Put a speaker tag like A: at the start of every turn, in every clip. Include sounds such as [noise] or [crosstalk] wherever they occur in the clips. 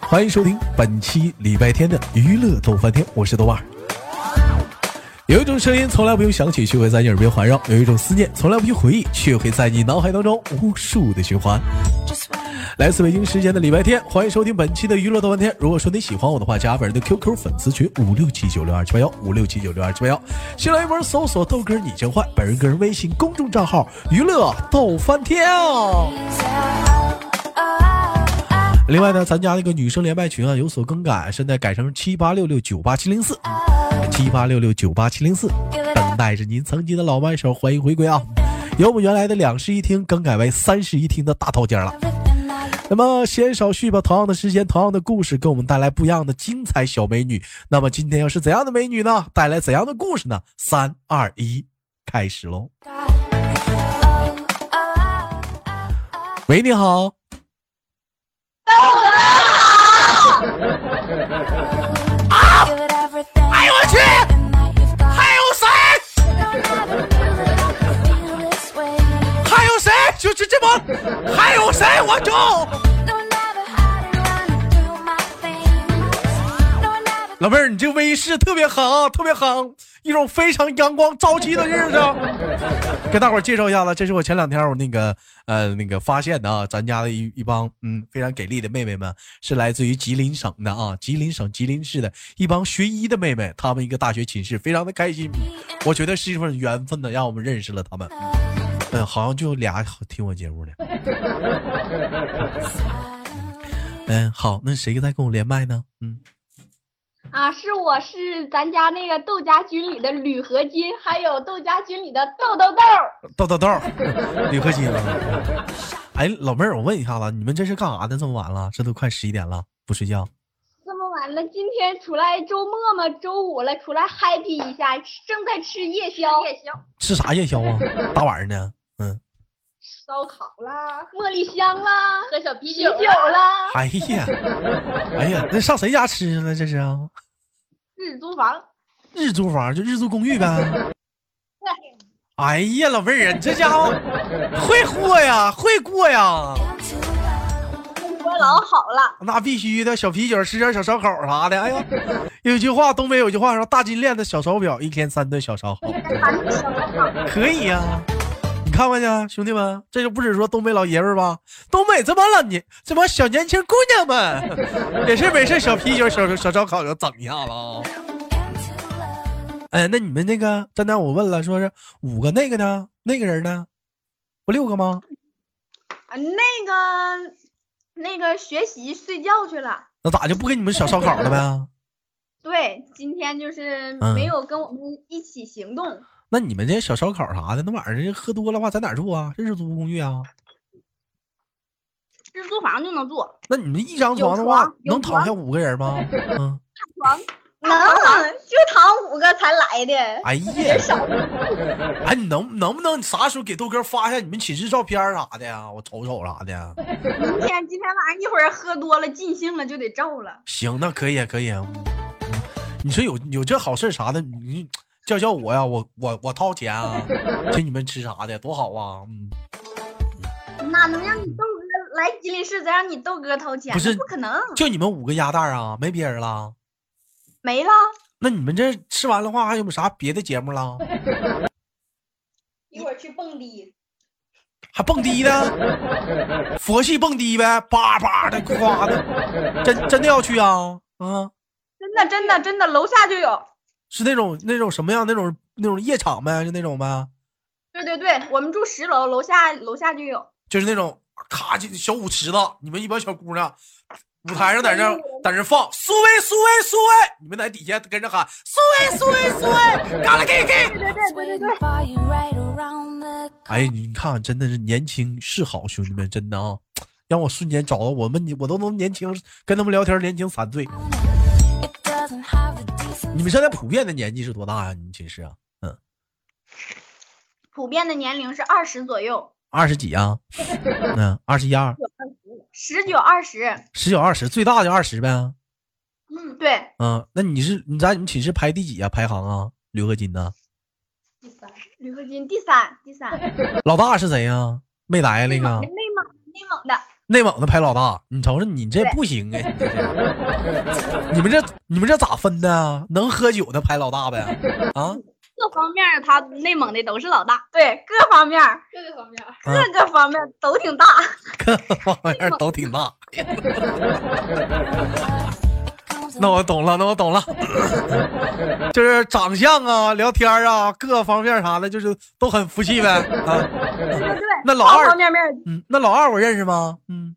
A: 欢迎收听本期礼拜天的娱乐逗翻天，我是豆瓣儿。有一种声音从来不用想起，却会在你耳边环绕；有一种思念从来不用回忆，却会在你脑海当中无数的循环。来自北京时间的礼拜天，欢迎收听本期的娱乐豆瓣天。如果说你喜欢我的话，加本人的 QQ 粉丝群五六七九六二七八幺五六七九六二七八幺，新浪微博搜索豆哥你真坏，本人个人微信公众账号娱乐豆翻天。另外呢，咱家那个女生连麦群啊有所更改，现在改成七八六六九八七零四，七八六六九八七零四，等待着您曾经的老麦手，欢迎回归啊！由我们原来的两室一厅更改为三室一厅的大套间了。那么闲少叙吧，同样的时间，同样的故事，给我们带来不一样的精彩小美女。那么今天又是怎样的美女呢？带来怎样的故事呢？三二一，开始喽！喂，你好，
B: 哎呦我去！
A: 还有谁？还有谁？就就这帮，还有谁？我就老妹儿，你这威势特别狠啊，特别狠，一种非常阳光朝气的日子。 [laughs] 给大伙儿介绍一下子，这是我前两天我那个呃那个发现的啊，咱家的一一帮嗯非常给力的妹妹们，是来自于吉林省的啊，吉林省吉林市的一帮学医的妹妹，她们一个大学寝室，非常的开心。我觉得是一份缘分呢，让我们认识了她们。嗯，好像就俩听我节目的。嗯，好，那谁在跟我连麦呢？嗯。
C: 啊，是我是咱家那个豆家军里的铝合金，还有豆家军里的豆豆豆。
A: 豆豆豆，铝合金了。哎，老妹儿，我问一下子，你们这是干啥呢？这么晚了，这都快十一点了，不睡觉？
C: 这么晚了，今天出来周末嘛，周五了，出来 happy 一下，吃正在吃夜宵，夜宵
A: 吃啥夜宵啊？大晚上的，嗯。
C: 烧烤啦，茉莉香啦，喝小啤酒啦，
A: 哎呀，哎呀，那上谁家吃去了？这是啊，
C: 日租房。
A: 日租房就日租公寓呗。哎呀，老妹儿啊，你这家伙会过呀，会过呀，
C: 我老好了，
A: 那必须的。小啤酒，吃点小烧烤啥的。哎呀，有句话，东北有句话说，大金链子小手表，一天三顿小烧烤。可以呀、你看看去，啊兄弟们，这就不是说东北老爷们儿吧？东北这帮老年这帮小年轻姑娘们，也是没事小啤酒、小小烧烤就整一下子啊。哎，那你们那个刚才我问了，说是五个那个呢？那个人呢？不六个吗？
C: 啊，那个那个学习睡觉去了。
A: 那咋就不给你们小烧烤了呗？
C: 对，今天就是
A: 没嗯
C: 有跟我们一起行动。
A: 那你们这小烧烤啥的，那玩意儿喝多了话，在哪儿住啊？日租公寓啊？
C: 日租房就能住，
A: 那你们一张床的
C: 有
A: 话
C: 床，有
A: 能躺
C: 床
A: 下五个人吗？
C: [laughs]
A: 嗯，
C: 能就躺五个才来的。
A: 哎呀，哎，你能能不能啥时候给豆哥发一下你们寝室照片啥的呀？我瞅瞅啥的呀。
C: 明天今天晚上一会儿喝多了尽兴了就得照了。
A: 行，那可以可以。嗯你说有有这好事啥的，你叫叫我呀，我我我掏钱啊，请你们吃啥的，多好啊。嗯，
C: 哪能让你豆哥来吉林市再让你豆哥掏钱？
A: 不是
C: 那不可能，
A: 就你们五个鸭蛋啊，没别人了。
C: 没了。
A: 那你们这吃完的话，还有没有啥别的节目了？
C: 一会儿去蹦迪，
A: 还蹦迪呢？佛系蹦迪呗，叭叭的，夸的，真真的要去啊？啊，
C: 真的真的真的，楼下就有。
A: 是那种那种什么样那种那种夜场呗，是那种呗，
C: 对对对，我们住十楼，楼下楼下就有。
A: 就是那种咔就小舞池子，你们一帮小姑娘，舞台上在那在那放苏威苏威苏威，你们在底下跟着喊苏威苏威苏威，嘎啦给给。哎，你看，真的是年轻是好，兄弟们，真的啊，让我瞬间找到我们，我都能年轻跟他们聊天，年轻三岁。你们现在普遍的年纪是多大呀、你们寝室啊？嗯，
C: 普遍的年龄是二十左右，
A: 二十几啊？嗯，二十一二，
C: 十九二十。
A: 十九二十，最大的二十呗。
C: 嗯，对，
A: 嗯，那你是你在你们寝室排第几啊？排行啊？铝合金呢？
C: 铝合金第三第三，内
A: 老大是谁呀、没来那个
C: 蒙内蒙内蒙的，
A: 内蒙的排老大，你瞅瞅你这不行哎， [laughs] 你们这你们这咋分的啊？能喝酒的排老大呗？啊
D: 各方面儿他内蒙的都是老大，
C: 对，各方面儿
B: 各个方面儿。
A: 啊，
C: 各个方面儿都挺大。
A: 各 [laughs] 方面哎都挺大。那我懂了，那我懂了， [laughs] 就是长相啊、聊天啊、各方面啥的，就是都很服气呗。啊，
C: 对，
A: 那老
C: 方
A: 二
C: 方面面儿，
A: 嗯，那老二我认识吗？嗯，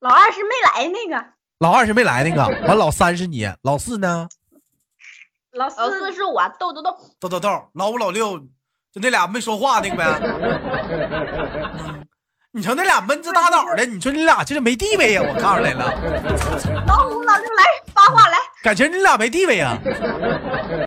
C: 老二是没来那个，
A: 老二是没来那个，完老三是你，老四呢？
C: 老
B: 老四
C: 四
B: 是我豆豆豆，
A: 豆豆豆，老五老六，就那俩没说话 [laughs] 那个呗。嗯你瞅那俩闷子大脑的，你说你俩这是没地位呀、我看出来了，
C: 老五老六来发话来，
A: 感情你俩没地位呀、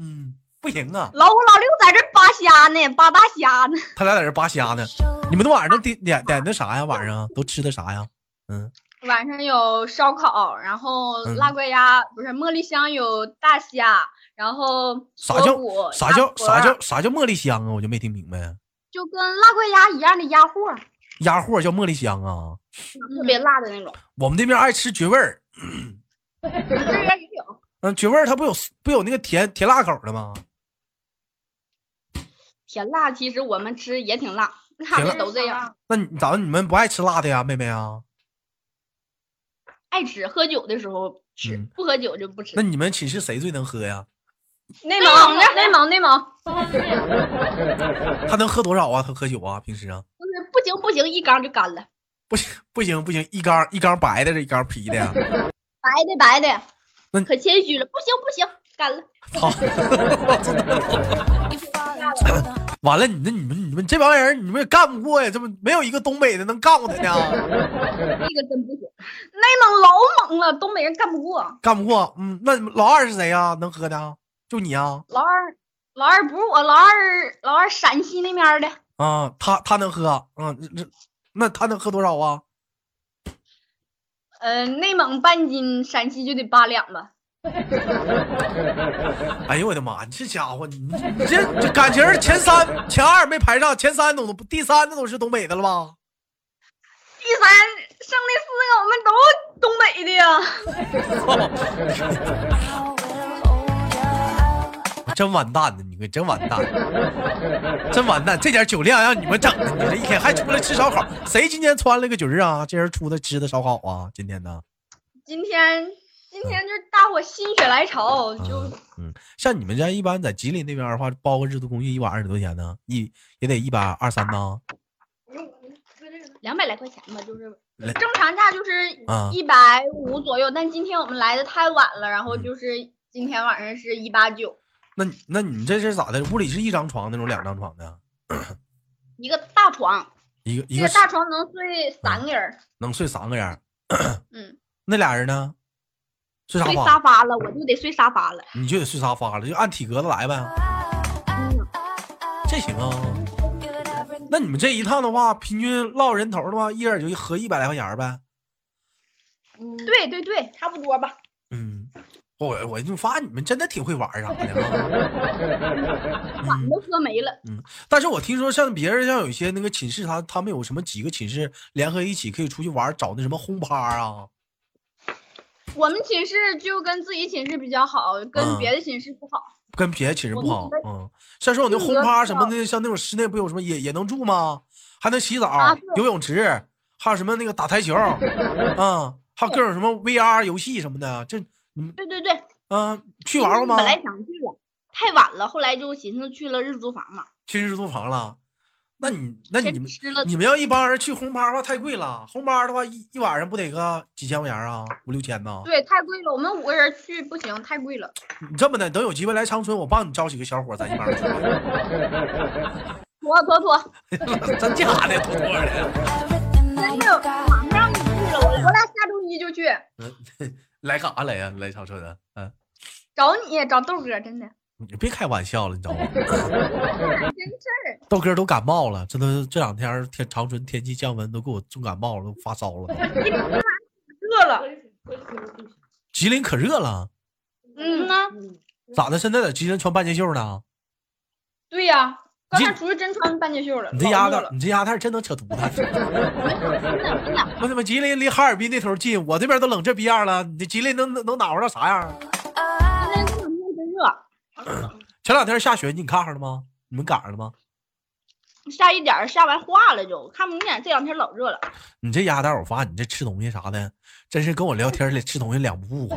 A: 嗯，不行啊，
C: 老五老六在这扒虾呢，扒大虾呢。
A: 他俩在这扒虾呢。你们那晚上都点点点的啥呀？晚上啊都吃的啥呀？嗯，
B: 晚上有烧烤，然后
A: 嗯
B: 辣锅鸭、不是茉莉香有大虾，然后
A: 啥
B: 锁
A: 叫
B: 骨
A: 啥
B: 鸭
A: 叫
B: 脖
A: 啥
B: 儿
A: 叫啥叫茉莉香啊？我就没听明白。
B: 就跟辣锅鸭一样的鸭货，
A: 鸭货叫茉莉香啊？
B: 特别辣的那种。
A: 我们这边爱吃绝味儿，
B: 我们这边也有，
A: 嗯，绝味儿它不有不有那个甜甜辣口的吗？
B: 甜辣其实我们吃也挺辣，辣
A: 甜辣
B: 的都这样。
A: 那你咋你们不爱吃辣的呀，妹妹啊？
B: 爱吃，喝酒的时候吃，
A: 嗯
B: 不喝酒就不吃
A: 那。你们寝室谁最能喝呀？
C: 内
B: 内蒙
C: 蒙
B: 的
C: 内蒙内蒙，
A: 他能喝多少啊？他喝酒啊？平时啊？
B: 就是不行不行，一缸就干了，
A: 不行不行不行，一缸一缸白的，这一缸啤的呀。
C: 白的白的，
B: 可谦虚了，不行不行，干了。
A: 操！ [laughs] 完了，你那你们你们这帮人，你们也干不过呀？这不没有一个东北的能干过他呢？
B: 这个真不行，
C: 内蒙老猛了，东北人干不过。
A: 干不过，嗯，那你们老二是谁呀、能喝的啊？就你啊？
C: 老二老二不是我，老二老二陕西那边儿的，
A: 啊，他他能喝，嗯，这这那他能喝多少啊？
C: 呃，内蒙半斤，陕西就得八两吧。
A: 哎呦我的妈！你这家伙，你你你这这感情儿前三前二没排上，前三都第三那都是东北的了吧？ [laughs]
C: 第三剩那四个我们都东北的呀。
A: 真完蛋呢！你个真完蛋，真完蛋！这点酒量让你们整的，你这一天还出来吃烧烤，谁今天穿了个局啊？这人出来吃的烧烤啊？今天呢？
C: 今天今天就是大伙心血来潮，就
A: 嗯嗯，像你们家一般在吉林那边的话，包个日租公寓一晚二十多钱呢，一也得一百二三呢。
B: 两百来块钱吧，就是
A: 来
C: 正常价就是
A: 啊
C: 一百五左右。但今天我们来的太晚了，然后
A: 嗯
C: 就是今天晚上是一八九，
A: 那你那你这是咋的？屋里是一张床那种两张床的，
B: 一个大床，
A: 一个一
C: 这
A: 个嗯
C: 个大床能睡三个人儿，
A: 能睡三个人。
B: 嗯，
A: 那俩人呢？睡沙
B: 睡
A: 发
B: 沙，发了，我就得睡沙发了。
A: 你就得睡沙发了，就按体格子来呗。这行啊。那你们这一趟的话，平均落人头的话，一人也就合一百来块钱儿呗。
B: 嗯，对，
C: 对对对，差不多吧。
A: 嗯，我我就发现你们真的挺会玩儿啥的啊。
C: [laughs]
B: 碗
A: 嗯，
B: 都喝没了。
A: 但是我听说像别人像有一些那个寝室，他他们有什么几个寝室联合一起可以出去玩儿，找那什么轰趴儿啊。
C: 我们寝室就跟自己寝室比较好，
A: 嗯
C: 跟别的寝室不好。
A: 跟别的寝室不好
C: 我们，
A: 嗯，像说有那
C: 性
A: 轰
C: 格
A: 趴
C: 比
A: 什么的，像那种室内不有什么也也能住吗？还能洗澡、
C: 啊对
A: 游泳池，还有什么那个打台球，嗯，还有各种什么 VR 游戏什么的，这嗯
B: 对对对，
A: 啊，去玩
C: 嗯
A: 过吗？
B: 本来想去了，太晚了，后来就寻思去了日租房嘛，
A: 去日租房了。那你那你
B: 先
A: 们
B: 吃了。
A: 你们要一帮人去轰趴的话太贵了，轰趴的话一一晚上不得个几千块钱啊，五六千呢？
C: 对，太贵了，我们五个人去不行，太贵了。
A: 你这么的，等有机会来长春，我帮你招几个小伙儿，咱一帮人
C: [laughs]
A: 去，
C: 妥妥妥，
A: 真假的，妥妥的，
C: 我俩下周一就去
A: 来干啥来呀、来长春啊？嗯、
C: 找你找豆哥，真的
A: 你别开玩笑了，你知道吗？
C: 真事儿。
A: 豆哥都感冒了，这都这两天儿天长春天气降温，都给我重感冒了，都发烧了。
C: 热了，
A: 吉林可热了，
B: 嗯
C: 嗯
B: 呐，
A: 咋的？现在在吉林穿半截袖呢？
C: 对呀、刚
A: 这
C: 才出去真穿半截袖了，
A: 你这
C: 老
A: 丫
C: 热
A: 头
C: 了，
A: 你这丫头真能扯犊子！啊我怎么吉林离哈尔滨那头近，我这边都冷这逼样了，你吉林能能能暖和到啥样？啊
D: 今天这两天真热，嗯
A: 前两天下雪，你看上了吗？你们赶上了吗？
D: 下一点儿下完化了就看不见，这两天老热了。
A: 你这丫头，我发现你这吃东西啥的，真是跟我聊天里吃东西两不误。 [laughs]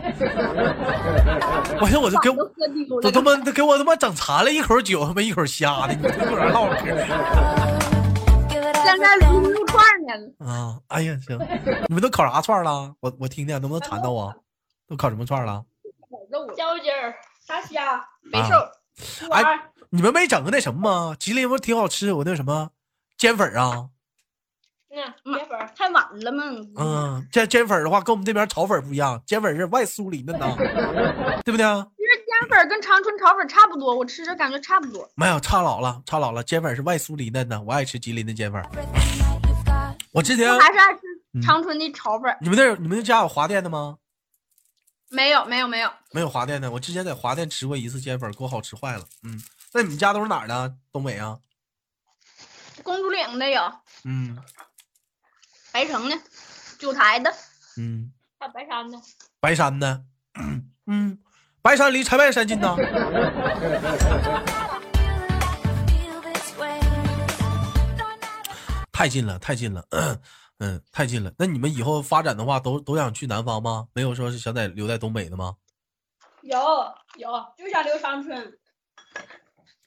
A: 我寻思我就跟
D: 都喝丢
A: 都
D: 了
A: 他，妈都给我他妈整馋了，一口酒他妈一口虾的，你这有点唠嗑
C: 现在撸撸串呢，
A: [laughs] 啊！哎呀，行，你们都烤啥串儿了？我我听听，能不能馋到我？都烤什么串儿了？
D: 椒鸡儿、大
C: 啊
D: 虾、
A: 没事
D: 嗯
A: 儿哎，你们没整个那什么吗？吉林不是挺好吃？我那什么煎粉儿啊，
D: 嗯，太晚了嘛。嗯，
A: 嗯，煎煎粉儿的话，跟我们这边炒粉儿不一样，煎粉儿是外酥里嫩的，对不对？啊
C: 其实煎粉儿跟长春炒粉儿差不多，我吃着感觉差不多。
A: 没有，差老了，差老了，煎粉儿是外酥里嫩的，我爱吃吉林的煎粉儿。我之前
C: 我还是爱吃
A: 嗯
C: 长春的炒粉儿，
A: 你们那儿你们那家有华电的吗？
C: 没有没有没有，
A: 没有华电的，我之前在华电吃过一次煎粉儿，给我好吃坏了。嗯，那你们家都是哪儿的？东北啊？
C: 公主岭的有，
A: 嗯
D: 白城的，
C: 九台的，
A: 嗯，
C: 啊
D: 还有白山的，
A: 白山的，嗯，白山离柴白山近呐。太近了，太近了，嗯，太近了。那你们以后发展的话，都都想去南方吗？没有说是想在留在东北的吗？
D: 有有，就想留长春。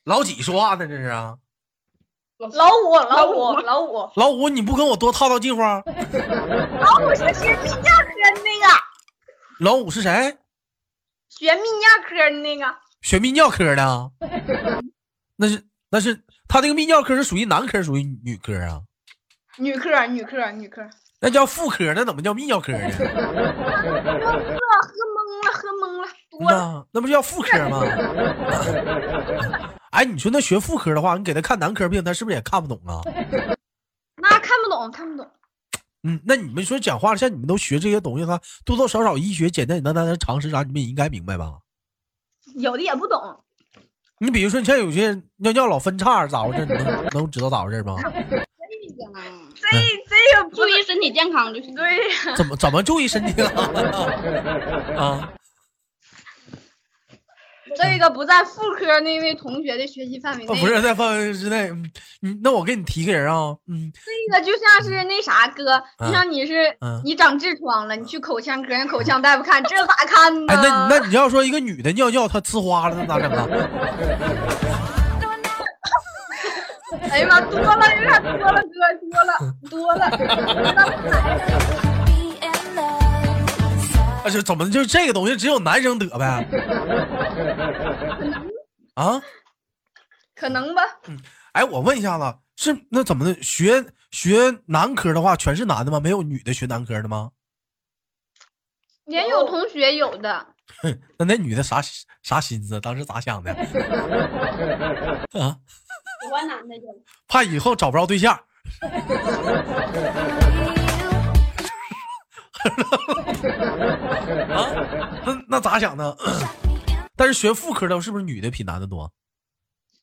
A: 老几说话呢？这是啊，
C: 老五老
D: 老
C: 五
D: 五
C: 老五，
A: 老五，你不跟我多套套近乎？啊
C: 老五是学泌尿科的那个，
A: 老五是谁？
C: 学泌尿科的那个，
A: 学泌尿科的啊？那是那是他这个泌尿科是属于男科，属于女科啊？
C: 女科女科女科，
A: 那叫妇科，那怎么叫泌尿科呢？
C: 喝懵了喝懵了，多了
A: 那那不叫妇科吗？ [laughs] 哎，你说那学妇科的话，你给他看男科病，他是不是也看不懂啊？
C: 那看不懂看不懂，
A: 嗯，那你们说讲话，像你们都学这些东西，他多多少少医学简简单单的常识啥，你们也应该明白吧？
C: 有的也不懂，
A: 你比如说，你像有些人尿尿老分叉咋回事？你能能知道咋回事吗？
C: 这这个不
D: 注意身体健康就行。
C: 对，
A: 怎么怎么注意身体了？ [laughs] 啊，
C: 这个不在妇科那位同学的学习范围内，
A: [laughs] 哦不是在范围之内。嗯嗯，那我给你提个人啊，嗯，
C: 这个就像是那啥哥，
A: 嗯
C: 就像你是
A: 嗯
C: 你长痔疮了，你去口腔科，人口腔大夫看，这咋看呢
A: 哎，？那你那你要说一个女的尿尿她呲花了，那咋整啊？ [laughs]
C: 哎呀妈，多了有点多了，哥，多了多了，
A: 而且怎么啊就这个东西只有男生得呗？啊？
C: 可能吧？
A: 哎，我问一下子，是那怎么的？学学男科的话，全是男的吗？没有女的学男科的吗？
C: 也有同学有的，
A: 那那女的啥啥心思？当时咋想的？ [laughs] 啊，
D: 喜欢男的就
A: 怕以后找不着对象。啊，那那咋想的？ [coughs] 但是学妇科的，是不是女的比男的多？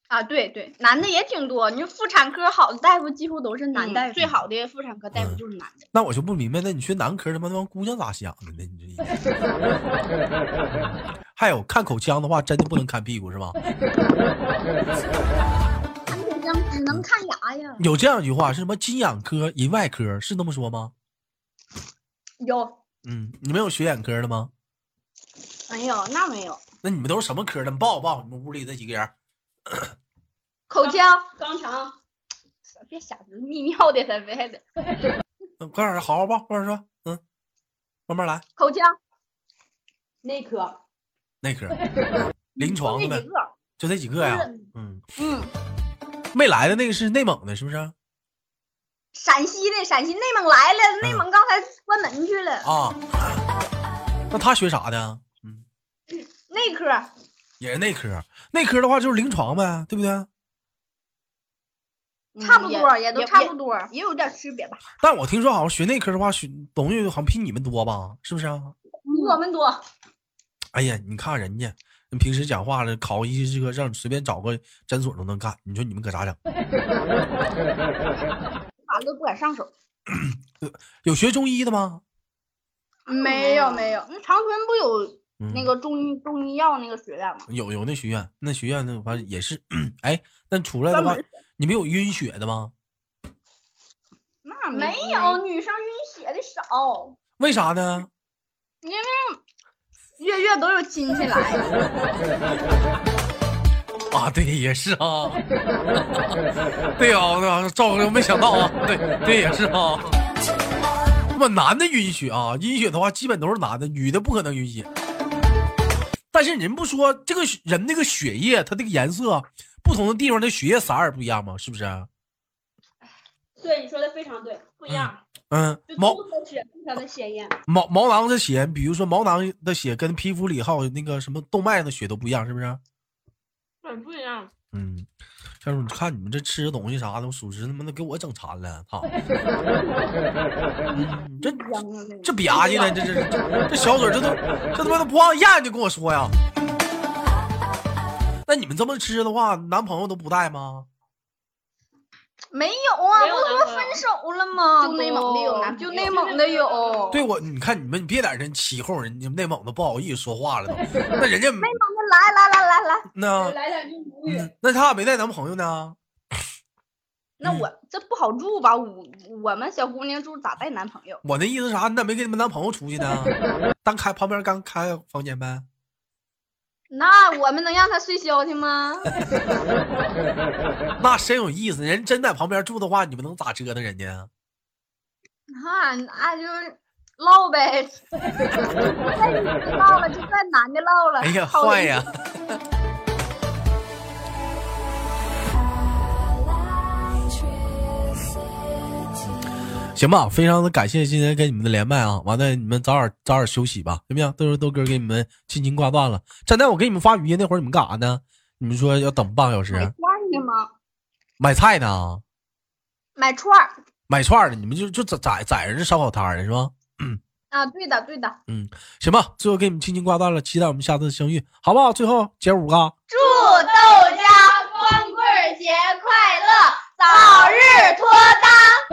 C: 啊，对对，男的也挺多。你说妇产科好的大夫几乎都是男大夫，
D: 最好的妇产科大夫就是男的。
A: 那我就不明白，那你学男科，他妈那帮姑娘咋想的呢？你这一天。 [laughs] 还有看口腔的话，真的不能看屁股是吧？
C: 好像只嗯能看牙呀。
A: 有这样一句话，是什么金眼科、银外科，是那么说吗？
C: 有
A: 嗯，你们有学眼科的吗？
D: 没有，那没有。
A: 那你们都是什么科的？你报我报，你们屋里这几个人儿
C: 口腔，
D: 肛肠、
C: 别瞎泌尿的才别的。，
A: 嗯快点儿好好报，快点儿说，嗯，慢慢来。
C: 口腔，
D: 内科，
A: 内科、临床
D: 就
A: 的
D: 这几
A: 呗，
D: 个。
A: 就这几个呀、
C: 嗯
A: 嗯，
D: 嗯，
A: 没来的那个是内蒙的，是不是？
C: 陕西的，陕西内蒙来了，内
A: 嗯
C: 蒙刚才关门去了。
A: 啊，那他学啥的？嗯，
C: 内科，
A: 也是内科。内科的话就是临床呗，对不对？
E: 嗯
C: 差不多，
D: 也
C: 都差不
D: 多，
C: 多。
D: 也有点区别吧。
A: 但我听说好像学内科的话，学东西好像比你们多吧？是不是啊？
C: 比我们多，
A: 哎呀，你看人家你平时讲话了，考一这个让随便找个诊所都能干，你说你们搁咋整？
D: 法都不敢上手。
A: 有学中医的吗？
C: 没有没有，
D: 那长春不有
A: 嗯、
D: 那个中医中医药那个学院吗？
A: 有有那学院，那学院那反正也是， [clears throat] 哎，那出来的
D: 专
A: 话
D: 门，
A: 你们有晕血的吗？
D: 那
B: 没有，女生晕血的少。
A: 为啥呢？
C: 月月都有亲戚来，
A: [laughs] 啊，对，也是啊， [laughs] 对啊，那赵哥没想到啊，对对也是啊。那么男的晕血啊，晕血的话基本都是男的，女的不可能晕血。但是人不说这个血人那个血液，它这个颜色，不同的地方的血液色儿不一样吗？是不是？
E: 对，你说的非常对，不一样。
A: 嗯，
E: 就
A: 毛
E: 肚子的血非常的鲜艳，
A: 毛毛囊的血，比如说毛囊的血跟皮肤里还有那个什么动脉的血都不一样，是不是？
E: 对，不一样。
A: 嗯，像你看你们这吃的东西啥的，属实他妈的给我整馋了，操！嗯这这吧唧呢，这这这这小嘴儿这都这他妈都不让咽，就跟我说呀。那你们这么吃的话，男朋友都不带吗？
C: 没有啊，
E: 没有
C: 不
E: 男
C: 他妈
E: 朋友
C: 分手了吗？
D: 就内蒙的有
C: 都
D: 男朋
C: 就
D: 友
C: 内蒙的有，
A: 对我，你看你们，你别在这起哄人，你们内蒙的不好意思说话了都。那人家
C: 来来来来来，
A: 那
E: 来两句母语，
A: 嗯那他咋没带男朋友呢？
D: 那
A: 嗯
D: 我这不好住吧？我我们小姑娘住咋带男朋友？
A: 我那意思啥？你咋没跟你们男朋友出去呢？单开旁边刚开房间呗。
C: 那我们能让他睡消停吗？
A: 那真有意思，人真在旁边住的话，你们能咋折腾人家啊？
C: 那那就是唠呗，就不在女的唠了，就在男的唠了。
A: 哎呀，
C: 啊好
A: 坏呀！ [laughs] 行吧，非常的感谢今天跟你们的连麦啊！完了，你们早点早点休息吧，行不行？都是豆哥给你们亲情挂断了。站台我给你们发语音那会儿，你们干啥呢？你们说要等半个小
D: 买
A: 时，
D: 饭呢吗？
A: 买菜呢，
C: 买串儿
A: 买串儿呢，你们就就在在在人家烧烤摊儿呢是吧？
C: 啊，对的对的，
A: 行吧，最后给你们亲情挂断了，期待我们下次相遇，好不好？最后姐五个啊。
C: 祝豆家光棍节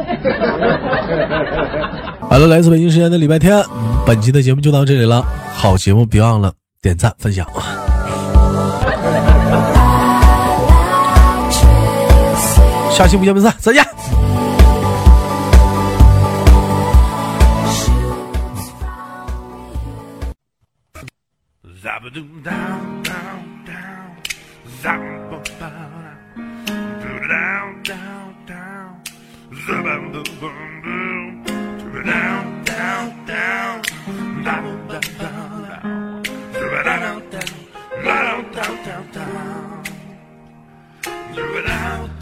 C: 快乐，早日脱单。
A: 好了，来自北京时间的礼拜天，嗯本期的节目就到这里了。好节目，别忘了点赞分享。下期不见不散，再见。
F: Zabadoom down, down, down. Zabba-ba-da. Down, down, down. Zabba-boom-boom-boom. Down, down, down. Ba-ba-ba-ba-da. Zabba-da-da-da. Ba-da-da-da-da. Zabba-da-da-da.